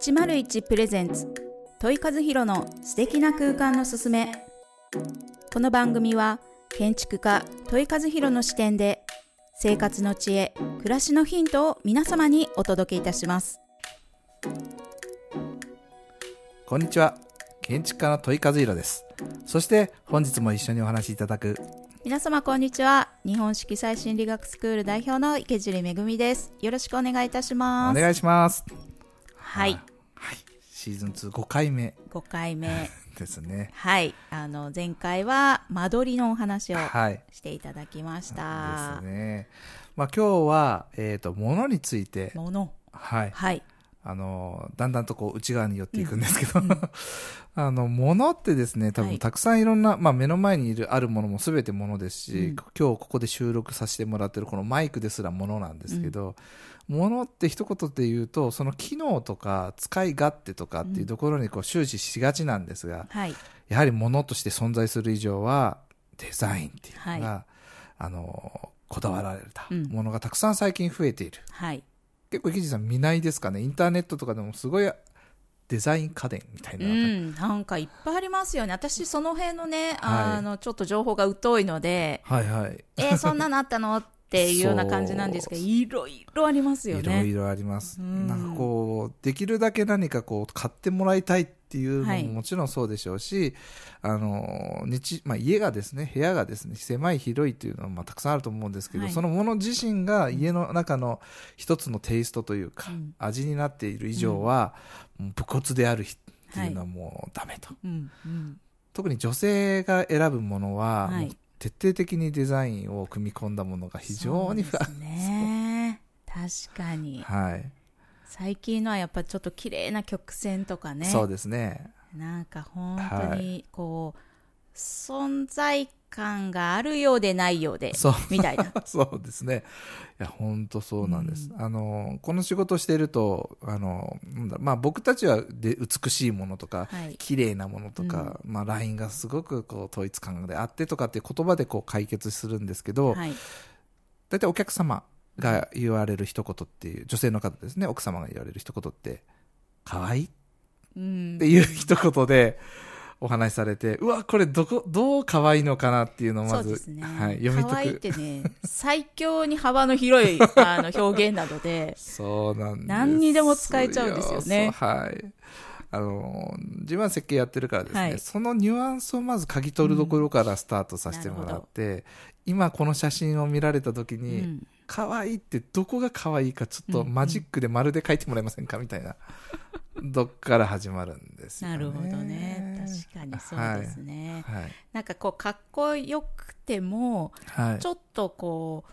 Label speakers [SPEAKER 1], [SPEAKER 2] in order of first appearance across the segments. [SPEAKER 1] 101プレゼンツ問い和弘の素敵な空間のすすめこの番組は建築家問い和弘の視点で生活の知恵暮らしのヒントを皆様にお届けいたします
[SPEAKER 2] こんにちは。建築家の戸井和弘です。そして本日も一緒にお話しいただく
[SPEAKER 1] 皆様こんにちは日本色彩心理学スクール代表の池尻めぐみですよろしくお願いいたし
[SPEAKER 2] お
[SPEAKER 1] ます
[SPEAKER 2] 願いします。
[SPEAKER 1] はい
[SPEAKER 2] はい。シーズン2、5回目
[SPEAKER 1] 5回目
[SPEAKER 2] ですね。
[SPEAKER 1] はいあの前回は間取りのお話を
[SPEAKER 2] はい。で
[SPEAKER 1] していただきました、
[SPEAKER 2] すね。まあ今日は、えっ、と、物について、
[SPEAKER 1] もの
[SPEAKER 2] はい。
[SPEAKER 1] はい
[SPEAKER 2] あの、だんだんとこう内側に寄っていくんですけど、 あの、物ってですね、多
[SPEAKER 1] は
[SPEAKER 2] 分
[SPEAKER 1] い
[SPEAKER 2] たくさんいろんな、まあ目の前にいるあるものも全て物ですし、
[SPEAKER 1] うん
[SPEAKER 2] 今日ここで収録させてもらってるこのマイクですら物なんですけど、物って一言で言うと、その機能とか使い勝手とかっていうところにこう終始しがちなんですが、
[SPEAKER 1] はい
[SPEAKER 2] やはり物として存在する以上は、デザインっていうのが、あの、こだわられた
[SPEAKER 1] うん
[SPEAKER 2] ものがたくさん最近増えている。
[SPEAKER 1] はい
[SPEAKER 2] 結構、池地さん見ないですかねインターネットとかでもすごいデザイン家電みたいうな。
[SPEAKER 1] ん、なんかいっぱいありますよね。私、その辺のね、あの、ちょっと情報が疎いの で、
[SPEAKER 2] はいはい。
[SPEAKER 1] えー、そんなのあったのっていうような感じなんですけど、
[SPEAKER 2] そ
[SPEAKER 1] いろいろありますよね。
[SPEAKER 2] いろいろあります。
[SPEAKER 1] うん
[SPEAKER 2] なんかこう、できるだけ何かこう、買ってもらいたいっていうの
[SPEAKER 1] はい
[SPEAKER 2] ももちろんそうでしょうし、あの、日、まあ、家がですね、部屋がですね、狭い広いっていうのはまあたくさんあると思うんですけど、
[SPEAKER 1] はい
[SPEAKER 2] そのもの自身が家の中の一つのテイストというか、
[SPEAKER 1] うん
[SPEAKER 2] 味になっている以上は、もう武骨であるっていうのはもうダメと。
[SPEAKER 1] うん、うん。
[SPEAKER 2] 特に女性が選ぶものは、
[SPEAKER 1] はい
[SPEAKER 2] もう徹底的にデザインを組み込んだものが非常に
[SPEAKER 1] そうですね。確かに。
[SPEAKER 2] はい、
[SPEAKER 1] 最近のはやっぱちょっと綺麗な曲線とかね。
[SPEAKER 2] そうですね
[SPEAKER 1] なんか本当に、こう、存在感があるようでないようで、
[SPEAKER 2] そう
[SPEAKER 1] みたいな。
[SPEAKER 2] そうですねいや本当そうなんです、あのこの仕事してるとあのなんだ、まあ、僕たちはで美しいものとか、
[SPEAKER 1] はい
[SPEAKER 2] 綺麗なものとか、まあ、ラインがすごくこう統一感であってとかっていう言葉でこう解決するんですけど、
[SPEAKER 1] はい。
[SPEAKER 2] 大体お客様が言われる一言っていう女性の方ですね奥様が言われる一言って「可愛い
[SPEAKER 1] うん
[SPEAKER 2] って。いう一言でお話しされて、うわ、これどこ、どう可愛いのかなっていうのを
[SPEAKER 1] そ
[SPEAKER 2] ま
[SPEAKER 1] うで
[SPEAKER 2] ず、
[SPEAKER 1] すね。
[SPEAKER 2] はい、読み
[SPEAKER 1] 可愛いっ
[SPEAKER 2] 解く。
[SPEAKER 1] てね、最強に幅の広 いあの表現なので、
[SPEAKER 2] そうなんですよ。
[SPEAKER 1] 何にでも使えちゃうんですよね
[SPEAKER 2] そうはい。あの、自分は設計やってるからですね、
[SPEAKER 1] はい
[SPEAKER 2] そのニュアンスをまず嗅ぎ取るところからスタートさせてもらって、今この写真を見られた時
[SPEAKER 1] う
[SPEAKER 2] に、
[SPEAKER 1] ん、
[SPEAKER 2] 可愛いってどこが可愛いかちょっとマジックで丸で書いてもらえませんかみたいな、 どっから始まるんですよね。
[SPEAKER 1] なるほどね。確かにそうですね。
[SPEAKER 2] はい。
[SPEAKER 1] なんかこう、かっこよくても、
[SPEAKER 2] はい
[SPEAKER 1] ち。ょっとこ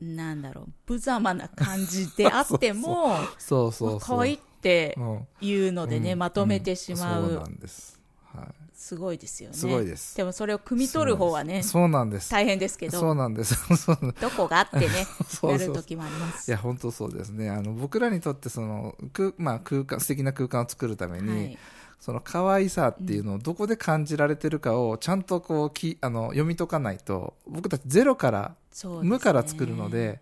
[SPEAKER 1] う、なんだろう、無様な感じであっても、
[SPEAKER 2] そうそうそう。
[SPEAKER 1] 可愛いって
[SPEAKER 2] うん
[SPEAKER 1] いうのでね、
[SPEAKER 2] うん
[SPEAKER 1] まとめてしまう、
[SPEAKER 2] そうなんです。は
[SPEAKER 1] すごいですよ
[SPEAKER 2] い。
[SPEAKER 1] ね。
[SPEAKER 2] すごいです。
[SPEAKER 1] でもそれを汲み取る方はね、
[SPEAKER 2] そうなんです。
[SPEAKER 1] 大変ですけ
[SPEAKER 2] そ
[SPEAKER 1] ど、
[SPEAKER 2] うなんです。 そうなんです
[SPEAKER 1] どこがあってね、
[SPEAKER 2] そう
[SPEAKER 1] や
[SPEAKER 2] そ
[SPEAKER 1] る
[SPEAKER 2] うそう
[SPEAKER 1] 時もあります。
[SPEAKER 2] いや本当そうですねあの僕らにとってその空,、まあ、空間素敵な空間を作るために、
[SPEAKER 1] はい
[SPEAKER 2] その可愛さっていうのをどこで感じられてるかをちゃんとこうきあの読み解かないと僕たちゼロから
[SPEAKER 1] そうですね
[SPEAKER 2] 無から作るので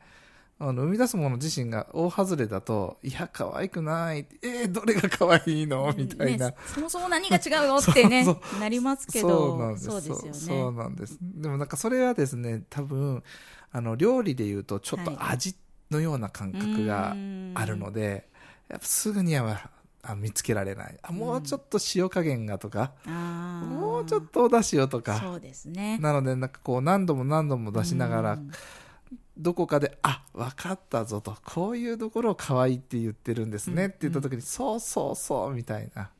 [SPEAKER 2] あの生み出すもの自身が大外れだといや可愛くないえー、どれが可愛いのみたいな、
[SPEAKER 1] ね、そもそも何が違うよってね
[SPEAKER 2] そう
[SPEAKER 1] なりますけ
[SPEAKER 2] そうなん
[SPEAKER 1] ど
[SPEAKER 2] です
[SPEAKER 1] そうですよね
[SPEAKER 2] そうそうなんですでもなんかそれはですね多分あの料理でいうとちょっと
[SPEAKER 1] はい
[SPEAKER 2] 味のような感覚があるので、やっぱすぐにはあ見つけられないあもうちょっと塩加減がとか、も
[SPEAKER 1] も
[SPEAKER 2] うちょっとお出汁をとか
[SPEAKER 1] そうですね
[SPEAKER 2] なのでなんかこう何度も何度も出しながら、
[SPEAKER 1] うん
[SPEAKER 2] どこかで「あ分かったぞ」と「こういうところを可愛いって言ってるんですね」
[SPEAKER 1] うん
[SPEAKER 2] って言った時に「そうそうそう」みたいな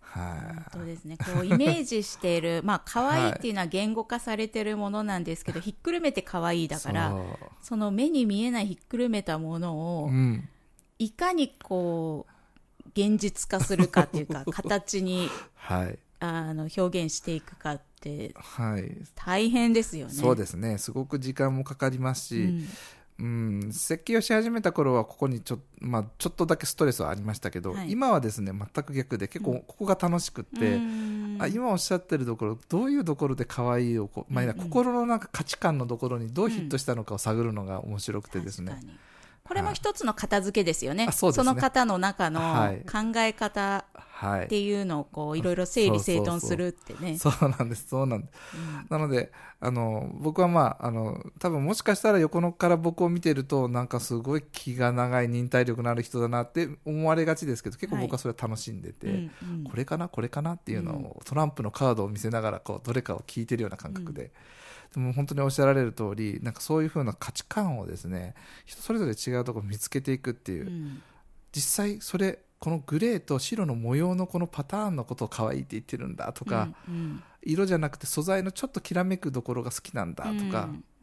[SPEAKER 2] はい、
[SPEAKER 1] 本当ですねこうイメージしているまあ可愛いっていうのは言語化されてるものなんですけど、ひっくるめて可愛いだから
[SPEAKER 2] そう
[SPEAKER 1] その目に見えないひっくるめたものを、
[SPEAKER 2] うん
[SPEAKER 1] いかにこう現実化するかっていうか形に
[SPEAKER 2] はい。
[SPEAKER 1] あの表現していくかって
[SPEAKER 2] はい。
[SPEAKER 1] 大変ですよね。
[SPEAKER 2] そうですね。すごく時間もかかります
[SPEAKER 1] う
[SPEAKER 2] し、
[SPEAKER 1] ん
[SPEAKER 2] うん、設計をし始めた頃は、ここにちょ,、まあ、ちょっとだけストレスはありましたけど、
[SPEAKER 1] はい
[SPEAKER 2] 今はですね、全く逆で、結構ここが楽しくって、
[SPEAKER 1] うん
[SPEAKER 2] あ今おっしゃってるところ、どういうところで可愛いをこう、まあ、
[SPEAKER 1] うんうん
[SPEAKER 2] 心のなんか価値観のところにどうヒットしたのかを探るのが面白くてですね。
[SPEAKER 1] 確かにこれも一つの片付けですよね,、
[SPEAKER 2] あそうですね
[SPEAKER 1] の方の中の
[SPEAKER 2] はい
[SPEAKER 1] 考え方
[SPEAKER 2] は
[SPEAKER 1] っ
[SPEAKER 2] い
[SPEAKER 1] ていうのをこういろいろ整理整頓するってね
[SPEAKER 2] そうなんです、そうなんです。なので、あの、僕はまあ、あの、多分もしかしたら横のから僕を見てると、なんかすごい気が長い忍耐力のある人だなって思われがちですけど、結構
[SPEAKER 1] はい
[SPEAKER 2] 僕はそれは楽しんでて、
[SPEAKER 1] うんうん
[SPEAKER 2] これかな、これかなっていうのを、トランプのカードを見せながら、こう、どれかを聞いてるような感覚で。でも本当におっしゃられる通り、なんかそういうふうな価値観をですね、人それぞれ違うところを見つけていくっていうう、
[SPEAKER 1] ん
[SPEAKER 2] 実際それ、このグレーと白の模様のこのパターンのことを可愛いって言ってるんだとか、
[SPEAKER 1] うん
[SPEAKER 2] 色じゃなくて素材のちょっときらめくところが好きなんだとか,、
[SPEAKER 1] うん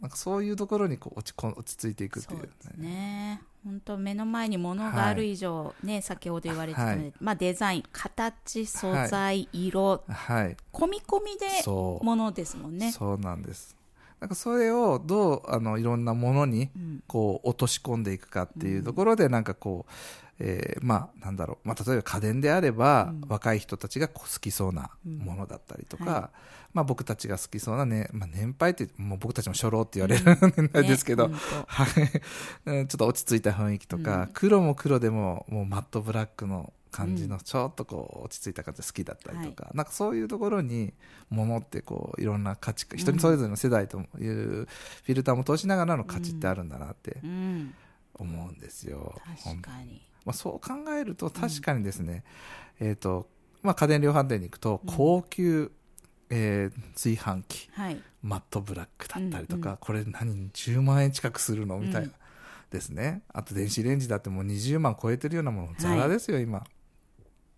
[SPEAKER 2] なんかそういうところにこう落ちこ落ち着いていくって
[SPEAKER 1] そ
[SPEAKER 2] いうう,、
[SPEAKER 1] ですね本当目の前に物がある以上、ね先ほど言われてたので、
[SPEAKER 2] はい
[SPEAKER 1] まあ、デザイン形素材、
[SPEAKER 2] は
[SPEAKER 1] 色
[SPEAKER 2] はい
[SPEAKER 1] 込み込みで
[SPEAKER 2] そう
[SPEAKER 1] ものですもんね
[SPEAKER 2] そうなんですなんかそれをどうあのいろんなものに
[SPEAKER 1] うん
[SPEAKER 2] こう落とし込んでいくかっていうところでなんかこう、えーまあなんだろう、まあ、例えば家電であれば、
[SPEAKER 1] うん
[SPEAKER 2] 若い人たちがこう好きそうなものだったりとか、
[SPEAKER 1] うんは
[SPEAKER 2] まあ、僕たちが好きそうな、ねまあ、年配ってもう僕たちも初老って言われる年代
[SPEAKER 1] ね
[SPEAKER 2] ですけど、
[SPEAKER 1] 本当
[SPEAKER 2] はい、 うんちょっと落ち着いた雰囲気とか、
[SPEAKER 1] うん
[SPEAKER 2] 黒も黒でももうマットブラックの感じのちょっとこう落ち着いた感じが好きだったりとか、なんかそういうところに物ってこういろんな価値観人にそれぞれの世代というフィルターも通しながらの価値ってあるんだなって
[SPEAKER 1] うん、
[SPEAKER 2] 思うんですよ。
[SPEAKER 1] 確かに、
[SPEAKER 2] まあ、そう考えると確かにですね、えっ、と、まあ、家電量販店に行くと
[SPEAKER 1] うん
[SPEAKER 2] 高級、えー炊飯器
[SPEAKER 1] はい、
[SPEAKER 2] マットブラックだったりとか、
[SPEAKER 1] うんうん
[SPEAKER 2] これ何10万円近くするのみたいな、
[SPEAKER 1] うん
[SPEAKER 2] ですねあと電子レンジだってもう20万超えてるようなものざらですよ、今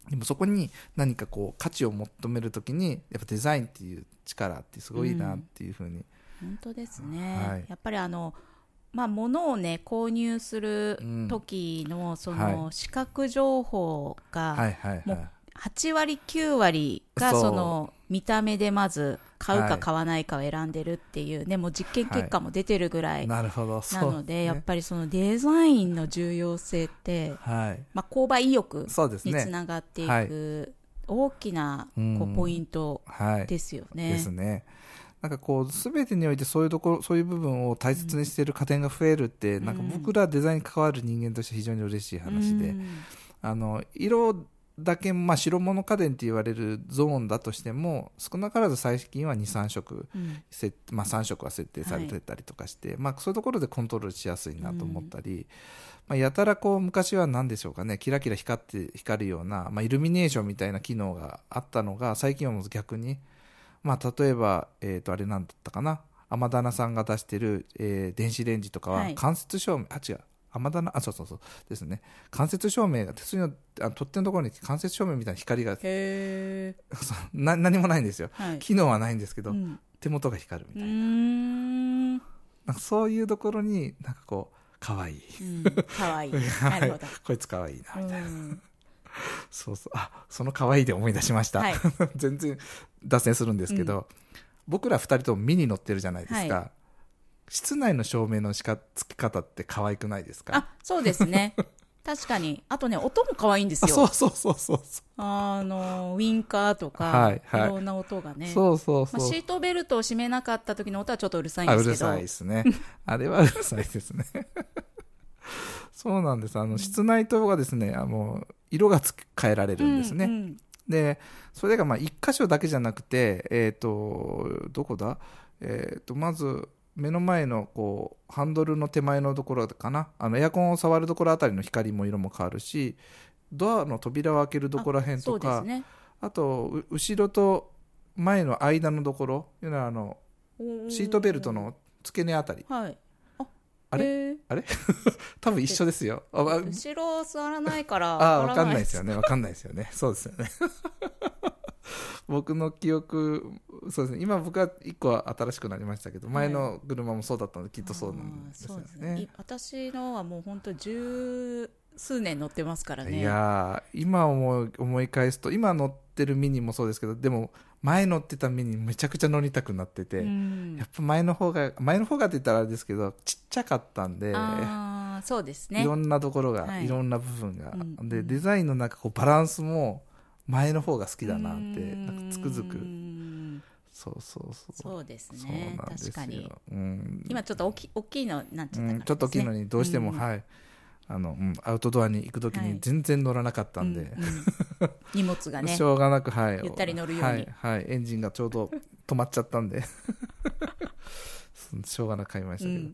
[SPEAKER 2] でもそこに何かこう価値を求めるときにやっぱデザインっていう力ってすごいなっていうふうに、
[SPEAKER 1] 本当ですね、
[SPEAKER 2] はい
[SPEAKER 1] やっぱりあの、まあ、物をね購入する
[SPEAKER 2] うん
[SPEAKER 1] 時のそ
[SPEAKER 2] は
[SPEAKER 1] の視覚情報
[SPEAKER 2] は
[SPEAKER 1] が
[SPEAKER 2] いはい
[SPEAKER 1] も
[SPEAKER 2] は
[SPEAKER 1] う
[SPEAKER 2] い
[SPEAKER 1] 8割9割が
[SPEAKER 2] そう
[SPEAKER 1] その見た目でまず買う
[SPEAKER 2] は
[SPEAKER 1] か
[SPEAKER 2] い
[SPEAKER 1] 買わないかを選んでるっていうねもう実験結果も出てるぐらいな
[SPEAKER 2] なるほどそう
[SPEAKER 1] のでやっ
[SPEAKER 2] ね
[SPEAKER 1] ぱりそのデザインの重要性って
[SPEAKER 2] はい
[SPEAKER 1] まあ購買意欲
[SPEAKER 2] そうです
[SPEAKER 1] につ
[SPEAKER 2] ね
[SPEAKER 1] ながってい
[SPEAKER 2] はい
[SPEAKER 1] く大きなこ
[SPEAKER 2] うん
[SPEAKER 1] うポイント
[SPEAKER 2] はい
[SPEAKER 1] ですよね
[SPEAKER 2] です。ね。なんかこう全てにおいてそういうところそういう部分を大切にしている家電が増えるって、
[SPEAKER 1] ん
[SPEAKER 2] なんか僕らデザインに関わる人間として非常に嬉しい話で、
[SPEAKER 1] うん
[SPEAKER 2] あの色だけ、まあ、白物家電って言われるゾーンだとしても少なからず最近は23色、
[SPEAKER 1] うん
[SPEAKER 2] せまあ、3色は設定されてたりとかして、まあ、そういうところでコントロールしやすいなと思ったり、まあ、やたらこう昔は何でしょうかねキラキラ光って光るような、まあ、イルミネーションみたいな機能があったのが最近はもう逆に、まあ、例えば、えー、とあれなんだったかな天棚さんが出してる、えー電子レンジとか
[SPEAKER 1] は
[SPEAKER 2] はい間接照明、あ違う天棚あそうそうそうですね間接照明が手すりのあ取っ手のところに間接照明みたいな光が
[SPEAKER 1] へー
[SPEAKER 2] そうな何もないんですよ
[SPEAKER 1] はい
[SPEAKER 2] 機能はないんですけど、
[SPEAKER 1] うん
[SPEAKER 2] 手元が光るみ
[SPEAKER 1] う
[SPEAKER 2] たいな,、
[SPEAKER 1] ーん
[SPEAKER 2] なんかそういうところになんかこう可愛い
[SPEAKER 1] うんか わいいなるほど
[SPEAKER 2] こいつ可愛いな
[SPEAKER 1] うん
[SPEAKER 2] そうそう。あ、その可愛いで思い出しました。
[SPEAKER 1] はい
[SPEAKER 2] 全然脱線するんですけど、僕ら二人ともミに乗ってるじゃないですか。
[SPEAKER 1] は
[SPEAKER 2] 室内の照明のしかつき方って可愛くないですか
[SPEAKER 1] あそうですね確かにあとね音も可愛いんです
[SPEAKER 2] そ
[SPEAKER 1] よ
[SPEAKER 2] うそうそうそうそ
[SPEAKER 1] あのウインカーとか、
[SPEAKER 2] はいはい
[SPEAKER 1] ろんな音が
[SPEAKER 2] う、
[SPEAKER 1] ね
[SPEAKER 2] そうそうそう。
[SPEAKER 1] まあ、シートベルトを締めなかった時の音はちょっとうるさいん
[SPEAKER 2] あ
[SPEAKER 1] で
[SPEAKER 2] う
[SPEAKER 1] す
[SPEAKER 2] る
[SPEAKER 1] けど
[SPEAKER 2] さいで すね。あれはうるさいですね。そうなんです。あの、室内灯がですね、あの、色がつけ変えられるんですね。
[SPEAKER 1] うんうん
[SPEAKER 2] で、それがまあ一箇所だけじゃなくて、えっ、と、どこだえっ、と、まず、目の前のこうハンドルの手前のところかなあのエアコンを触るところあたりの光も色も変わるしドアの扉を開けるところらへん
[SPEAKER 1] そ
[SPEAKER 2] と
[SPEAKER 1] うです
[SPEAKER 2] か、
[SPEAKER 1] ね
[SPEAKER 2] あとう後ろと前の間のところいうのはあのシートベルトの付け根あたり
[SPEAKER 1] はいあ
[SPEAKER 2] あれ
[SPEAKER 1] れ
[SPEAKER 2] 多分一緒ですよああ
[SPEAKER 1] 後ろ座らないから
[SPEAKER 2] ああ、わかんないですよ
[SPEAKER 1] ね
[SPEAKER 2] ね。わかんないですよね。そうですよね。 僕の記憶、そうですね。今僕は一個は新しくなりましたけど、前の車もそうだったので、きっとそうなんですよね。
[SPEAKER 1] 私のはもう本当十数年乗ってますからね
[SPEAKER 2] いやー、今思い思い返すと、今乗ってるミニもそうですけど、でも、前乗ってたミニめちゃくちゃ乗りたくなってて、
[SPEAKER 1] うん
[SPEAKER 2] やっぱ前の方が、前の方がって言ったらあれですけど、ちっちゃかったんで、
[SPEAKER 1] ああそうですね
[SPEAKER 2] いろんなところが、
[SPEAKER 1] はい
[SPEAKER 2] い、ろんな部分が、
[SPEAKER 1] うんう
[SPEAKER 2] で
[SPEAKER 1] ん
[SPEAKER 2] デザインのなんかこうバランスも前の方が好きだなって
[SPEAKER 1] うーん
[SPEAKER 2] なんかつくづくそうそうそう
[SPEAKER 1] そうです
[SPEAKER 2] そう
[SPEAKER 1] ね
[SPEAKER 2] なんです
[SPEAKER 1] 確
[SPEAKER 2] よ
[SPEAKER 1] かに
[SPEAKER 2] うん
[SPEAKER 1] 今ちょっと大き大きいのになっちゃったから、
[SPEAKER 2] うんちょっと大きいのにどうしても、
[SPEAKER 1] うん
[SPEAKER 2] はいあの、うん、アウトドアに行く時
[SPEAKER 1] はい
[SPEAKER 2] に全然乗らなかったんで、
[SPEAKER 1] うんうん荷物がね
[SPEAKER 2] しょうがなく、はい、
[SPEAKER 1] ゆったり乗るように
[SPEAKER 2] はいはい、エンジンがちょうど止まっちゃったんで しょうがなく買いましたけど、
[SPEAKER 1] うん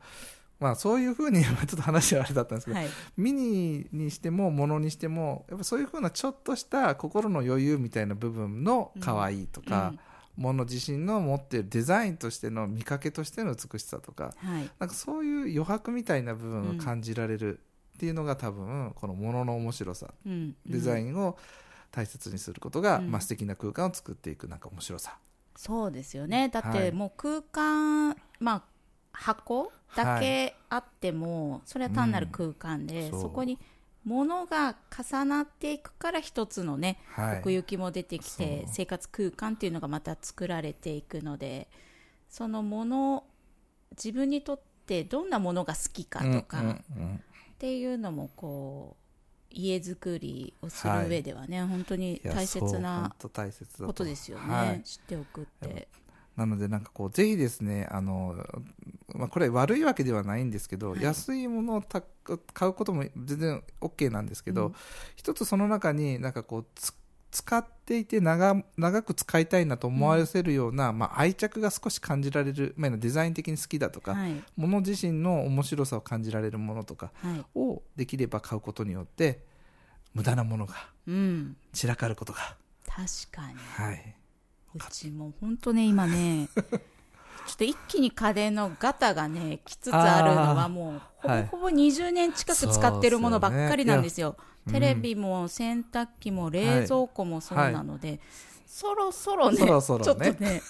[SPEAKER 2] まあそういうふうにちょっと話はあれだったんですけど、
[SPEAKER 1] はい
[SPEAKER 2] ミニにしてもものにしてもやっぱそういうふうなちょっとした心の余裕みたいな部分の可愛いとか、もの自身の持ってるデザインとしての見かけとしての美しさとか
[SPEAKER 1] はい
[SPEAKER 2] なんかそういう余白みたいな部分を感じられるっていうのが多分このものの面白さ
[SPEAKER 1] うん
[SPEAKER 2] デザ
[SPEAKER 1] ン
[SPEAKER 2] インを大切にすることが、
[SPEAKER 1] うん
[SPEAKER 2] まあ素敵な空間を作っていくなんか面白さ、
[SPEAKER 1] そうですよねだっ
[SPEAKER 2] は
[SPEAKER 1] て
[SPEAKER 2] い
[SPEAKER 1] もう空間まあ箱だけあってもそれは単なる空間
[SPEAKER 2] う
[SPEAKER 1] で
[SPEAKER 2] んそう
[SPEAKER 1] そこに物が重なっていくから一つのね
[SPEAKER 2] はい
[SPEAKER 1] 奥行きも出てきて
[SPEAKER 2] そう
[SPEAKER 1] 生活空間っていうのがまた作られていくのでそのもの自分にとってどんなものが好きかとか、っ
[SPEAKER 2] うんうんうん
[SPEAKER 1] ていうのもこう家づくりをす
[SPEAKER 2] は
[SPEAKER 1] る
[SPEAKER 2] い
[SPEAKER 1] 上ではね、本当に
[SPEAKER 2] いや
[SPEAKER 1] 大
[SPEAKER 2] そ
[SPEAKER 1] 切
[SPEAKER 2] う本
[SPEAKER 1] な
[SPEAKER 2] 当大切だと
[SPEAKER 1] ことですよね、
[SPEAKER 2] はい
[SPEAKER 1] 知っておくって。
[SPEAKER 2] なのでなんかこうぜひですねあの、まあ、これ悪いわけではないんですけど、
[SPEAKER 1] はい
[SPEAKER 2] 安いものをた買うことも全然 OK なんですけ
[SPEAKER 1] う
[SPEAKER 2] ど、
[SPEAKER 1] ん
[SPEAKER 2] 一つその中になんかこうつ使っていて長長く使いたいなと思わせるような、まあ、愛着が少し感じられる、まあ、デザイン的に好きだとか、
[SPEAKER 1] はい
[SPEAKER 2] もの自身の面白さを感じられるものとか
[SPEAKER 1] はい
[SPEAKER 2] をできれば買うことによって無駄なものが
[SPEAKER 1] うん、
[SPEAKER 2] 散らかることが、
[SPEAKER 1] 確かに
[SPEAKER 2] はい、
[SPEAKER 1] うちも本当ね今 ねちょっと一気に家電のガタがねきつつあるの
[SPEAKER 2] あ
[SPEAKER 1] は
[SPEAKER 2] ー
[SPEAKER 1] もうほぼ
[SPEAKER 2] はい
[SPEAKER 1] ほぼ20年近く使ってるものばっかりなんですよ
[SPEAKER 2] そう
[SPEAKER 1] テ
[SPEAKER 2] ですよねい
[SPEAKER 1] レ
[SPEAKER 2] や
[SPEAKER 1] ビも洗濯機も冷蔵庫もそうなので、そろそろね
[SPEAKER 2] そろそろね
[SPEAKER 1] ちょっと ね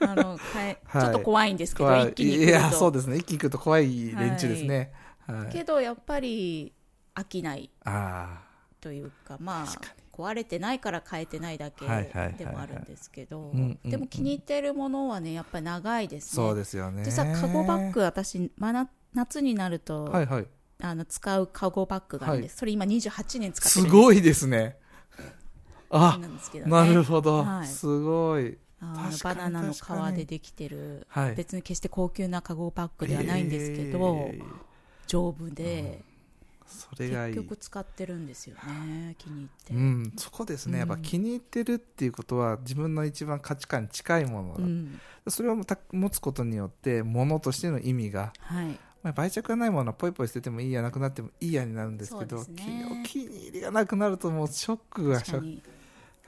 [SPEAKER 1] あの変え
[SPEAKER 2] はい
[SPEAKER 1] ちょっと怖いんですけど、
[SPEAKER 2] 怖い
[SPEAKER 1] 一気に来
[SPEAKER 2] い
[SPEAKER 1] る
[SPEAKER 2] や
[SPEAKER 1] と
[SPEAKER 2] そうですね一気に来ると怖い連中ですね、はい
[SPEAKER 1] けどやっぱり飽きない
[SPEAKER 2] あ
[SPEAKER 1] というかまあ壊れてないから変えてないだけ
[SPEAKER 2] はいはいはいはい
[SPEAKER 1] でもあるんですけど、
[SPEAKER 2] んうんうん
[SPEAKER 1] でも気に入ってるものはねやっぱり長いで
[SPEAKER 2] あ
[SPEAKER 1] すね
[SPEAKER 2] そうですよね
[SPEAKER 1] 実はカゴバッグ私、まな夏になると、
[SPEAKER 2] はいはい
[SPEAKER 1] あの使うカゴバッグがあるんです、それ今28年使って
[SPEAKER 2] す
[SPEAKER 1] る
[SPEAKER 2] ごいですねあ
[SPEAKER 1] なんですけどね
[SPEAKER 2] なるほど、
[SPEAKER 1] はい
[SPEAKER 2] すごい
[SPEAKER 1] あの
[SPEAKER 2] 確
[SPEAKER 1] バ
[SPEAKER 2] かに
[SPEAKER 1] ナナの
[SPEAKER 2] 確か
[SPEAKER 1] 皮
[SPEAKER 2] に
[SPEAKER 1] でできてる、
[SPEAKER 2] はい
[SPEAKER 1] 別に決して高級なカゴバッグではないんですけど、
[SPEAKER 2] えー
[SPEAKER 1] 丈夫で、
[SPEAKER 2] それがい
[SPEAKER 1] 結
[SPEAKER 2] い
[SPEAKER 1] 局使ってるんですよね気に入って、
[SPEAKER 2] うん、そこですね、やっぱ
[SPEAKER 1] うん
[SPEAKER 2] 気に入ってるっていうことは自分の一番価値観に近いものだ、
[SPEAKER 1] うん
[SPEAKER 2] それをまた持つことによって物としての意味が、
[SPEAKER 1] はい
[SPEAKER 2] まあ、売着がないものはポイポイ捨ててもいいやなくなってもいいやになるんですけど
[SPEAKER 1] そうですね
[SPEAKER 2] 気に気に入りがなくなるともうショックが
[SPEAKER 1] 確
[SPEAKER 2] シ
[SPEAKER 1] か
[SPEAKER 2] ョック
[SPEAKER 1] に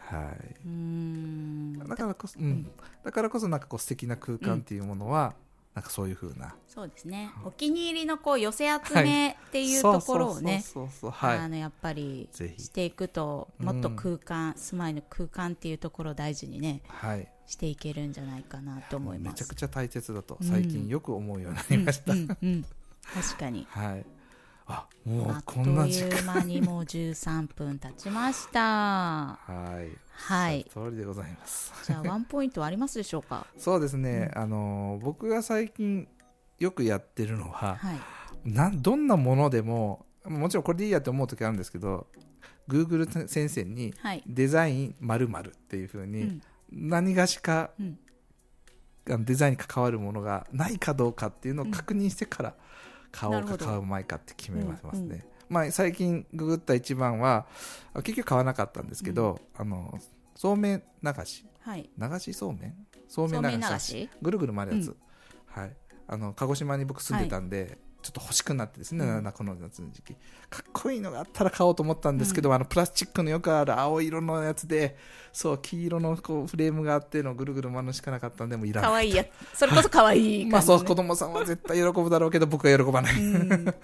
[SPEAKER 2] はい、
[SPEAKER 1] うん
[SPEAKER 2] だからこそ、うん、だからこそなんかこう素敵な空間っていうものは、なんかそういうふうな
[SPEAKER 1] そうですねお気に入りのこう寄せ集めっていうところをね
[SPEAKER 2] そうそうそうそうはい
[SPEAKER 1] あのやっぱり
[SPEAKER 2] ぜひ
[SPEAKER 1] していくともっと空間、住まいの空間っていうところを大事にね
[SPEAKER 2] はい
[SPEAKER 1] していけるんじゃないかなと思い
[SPEAKER 2] め
[SPEAKER 1] ま
[SPEAKER 2] ちゃ
[SPEAKER 1] す
[SPEAKER 2] くちゃ大切だと
[SPEAKER 1] うん
[SPEAKER 2] 最近よく思うようになりました、
[SPEAKER 1] うんうん確かに
[SPEAKER 2] はいあも
[SPEAKER 1] あ
[SPEAKER 2] う
[SPEAKER 1] っと
[SPEAKER 2] こんな時
[SPEAKER 1] い
[SPEAKER 2] 間
[SPEAKER 1] う間にもう13分経ちました
[SPEAKER 2] はい
[SPEAKER 1] はい
[SPEAKER 2] その通りでございます
[SPEAKER 1] じゃあワンポイントありますでしょう か
[SPEAKER 2] そうですね、あの僕が最近よくやってるのは
[SPEAKER 1] はい
[SPEAKER 2] なんどんなものでももちろんこれでいいやって思う時あるんですけど Google 先生に
[SPEAKER 1] はい
[SPEAKER 2] デザイン〇〇っていうふう
[SPEAKER 1] うん
[SPEAKER 2] に何がしか、
[SPEAKER 1] うん
[SPEAKER 2] あのデザインに関わるものがないかどうかっていうのを確認してから買お
[SPEAKER 1] な
[SPEAKER 2] う
[SPEAKER 1] る
[SPEAKER 2] か
[SPEAKER 1] ほど
[SPEAKER 2] 買うまいかって決めますね、
[SPEAKER 1] うんうん
[SPEAKER 2] まあ、最近ググった一番はあ結局買わなかったんですけど、あのそうめん流し
[SPEAKER 1] はい
[SPEAKER 2] 流しそうめんそうめ
[SPEAKER 1] 照
[SPEAKER 2] ん
[SPEAKER 1] 明
[SPEAKER 2] 流
[SPEAKER 1] 流
[SPEAKER 2] し
[SPEAKER 1] し
[SPEAKER 2] ぐるぐる回るやつ、
[SPEAKER 1] う
[SPEAKER 2] はい、あの鹿児島に僕住んでたんで、ちょっと欲しくなってですね、
[SPEAKER 1] うん
[SPEAKER 2] この夏の時期かっこいいのがあったら買おうと思ったんですけど、あのプラスチックのよくある青色のやつでそう黄色のこうフレームがあってのぐるぐる回るのしかなかったんでもういら
[SPEAKER 1] 可
[SPEAKER 2] ない
[SPEAKER 1] 愛いやつそれこそ可愛い
[SPEAKER 2] まあ
[SPEAKER 1] 感じの
[SPEAKER 2] そう
[SPEAKER 1] ね
[SPEAKER 2] 子供さんは絶対喜ぶだろうけど僕は喜ばない、
[SPEAKER 1] うんな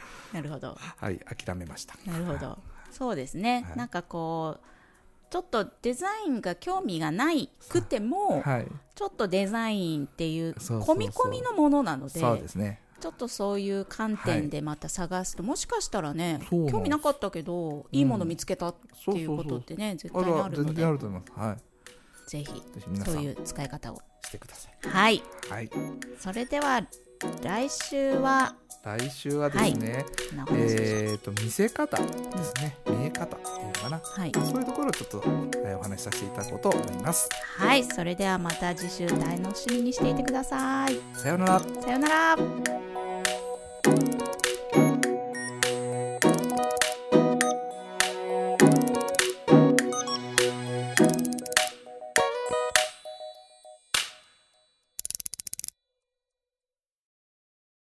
[SPEAKER 1] るほど
[SPEAKER 2] はい諦めました
[SPEAKER 1] なるほど。そうですね。
[SPEAKER 2] はい
[SPEAKER 1] なんかこう、ちょっとデザインが興味がないくても、
[SPEAKER 2] はい
[SPEAKER 1] ちょっとデザインっていう、
[SPEAKER 2] そうそうそう
[SPEAKER 1] 込み込みのものなので、
[SPEAKER 2] そうですね
[SPEAKER 1] ちょっとそういう観点でまた探すと、もしかしたらね、
[SPEAKER 2] そうなんです
[SPEAKER 1] 興味なかったけど、いいもの見つけたっていうことってね、絶
[SPEAKER 2] あ
[SPEAKER 1] 対
[SPEAKER 2] れ
[SPEAKER 1] にあ
[SPEAKER 2] は
[SPEAKER 1] るの
[SPEAKER 2] 全然あ
[SPEAKER 1] で、
[SPEAKER 2] ると思いますはい
[SPEAKER 1] ぜひ、
[SPEAKER 2] ぜひ皆さ
[SPEAKER 1] そうんいう使い方を。
[SPEAKER 2] してください
[SPEAKER 1] はい。
[SPEAKER 2] はい
[SPEAKER 1] それでは、来週は、
[SPEAKER 2] 来週はですね、
[SPEAKER 1] こんなお話でした
[SPEAKER 2] えっ、と見せ方ですね見え方っていうのかな
[SPEAKER 1] はい。
[SPEAKER 2] そういうところをちょっと、えーお話しさせていただこうと思います。
[SPEAKER 1] はい。それではまた次週楽しみにしていてください。
[SPEAKER 2] さようなら。
[SPEAKER 1] さようなら。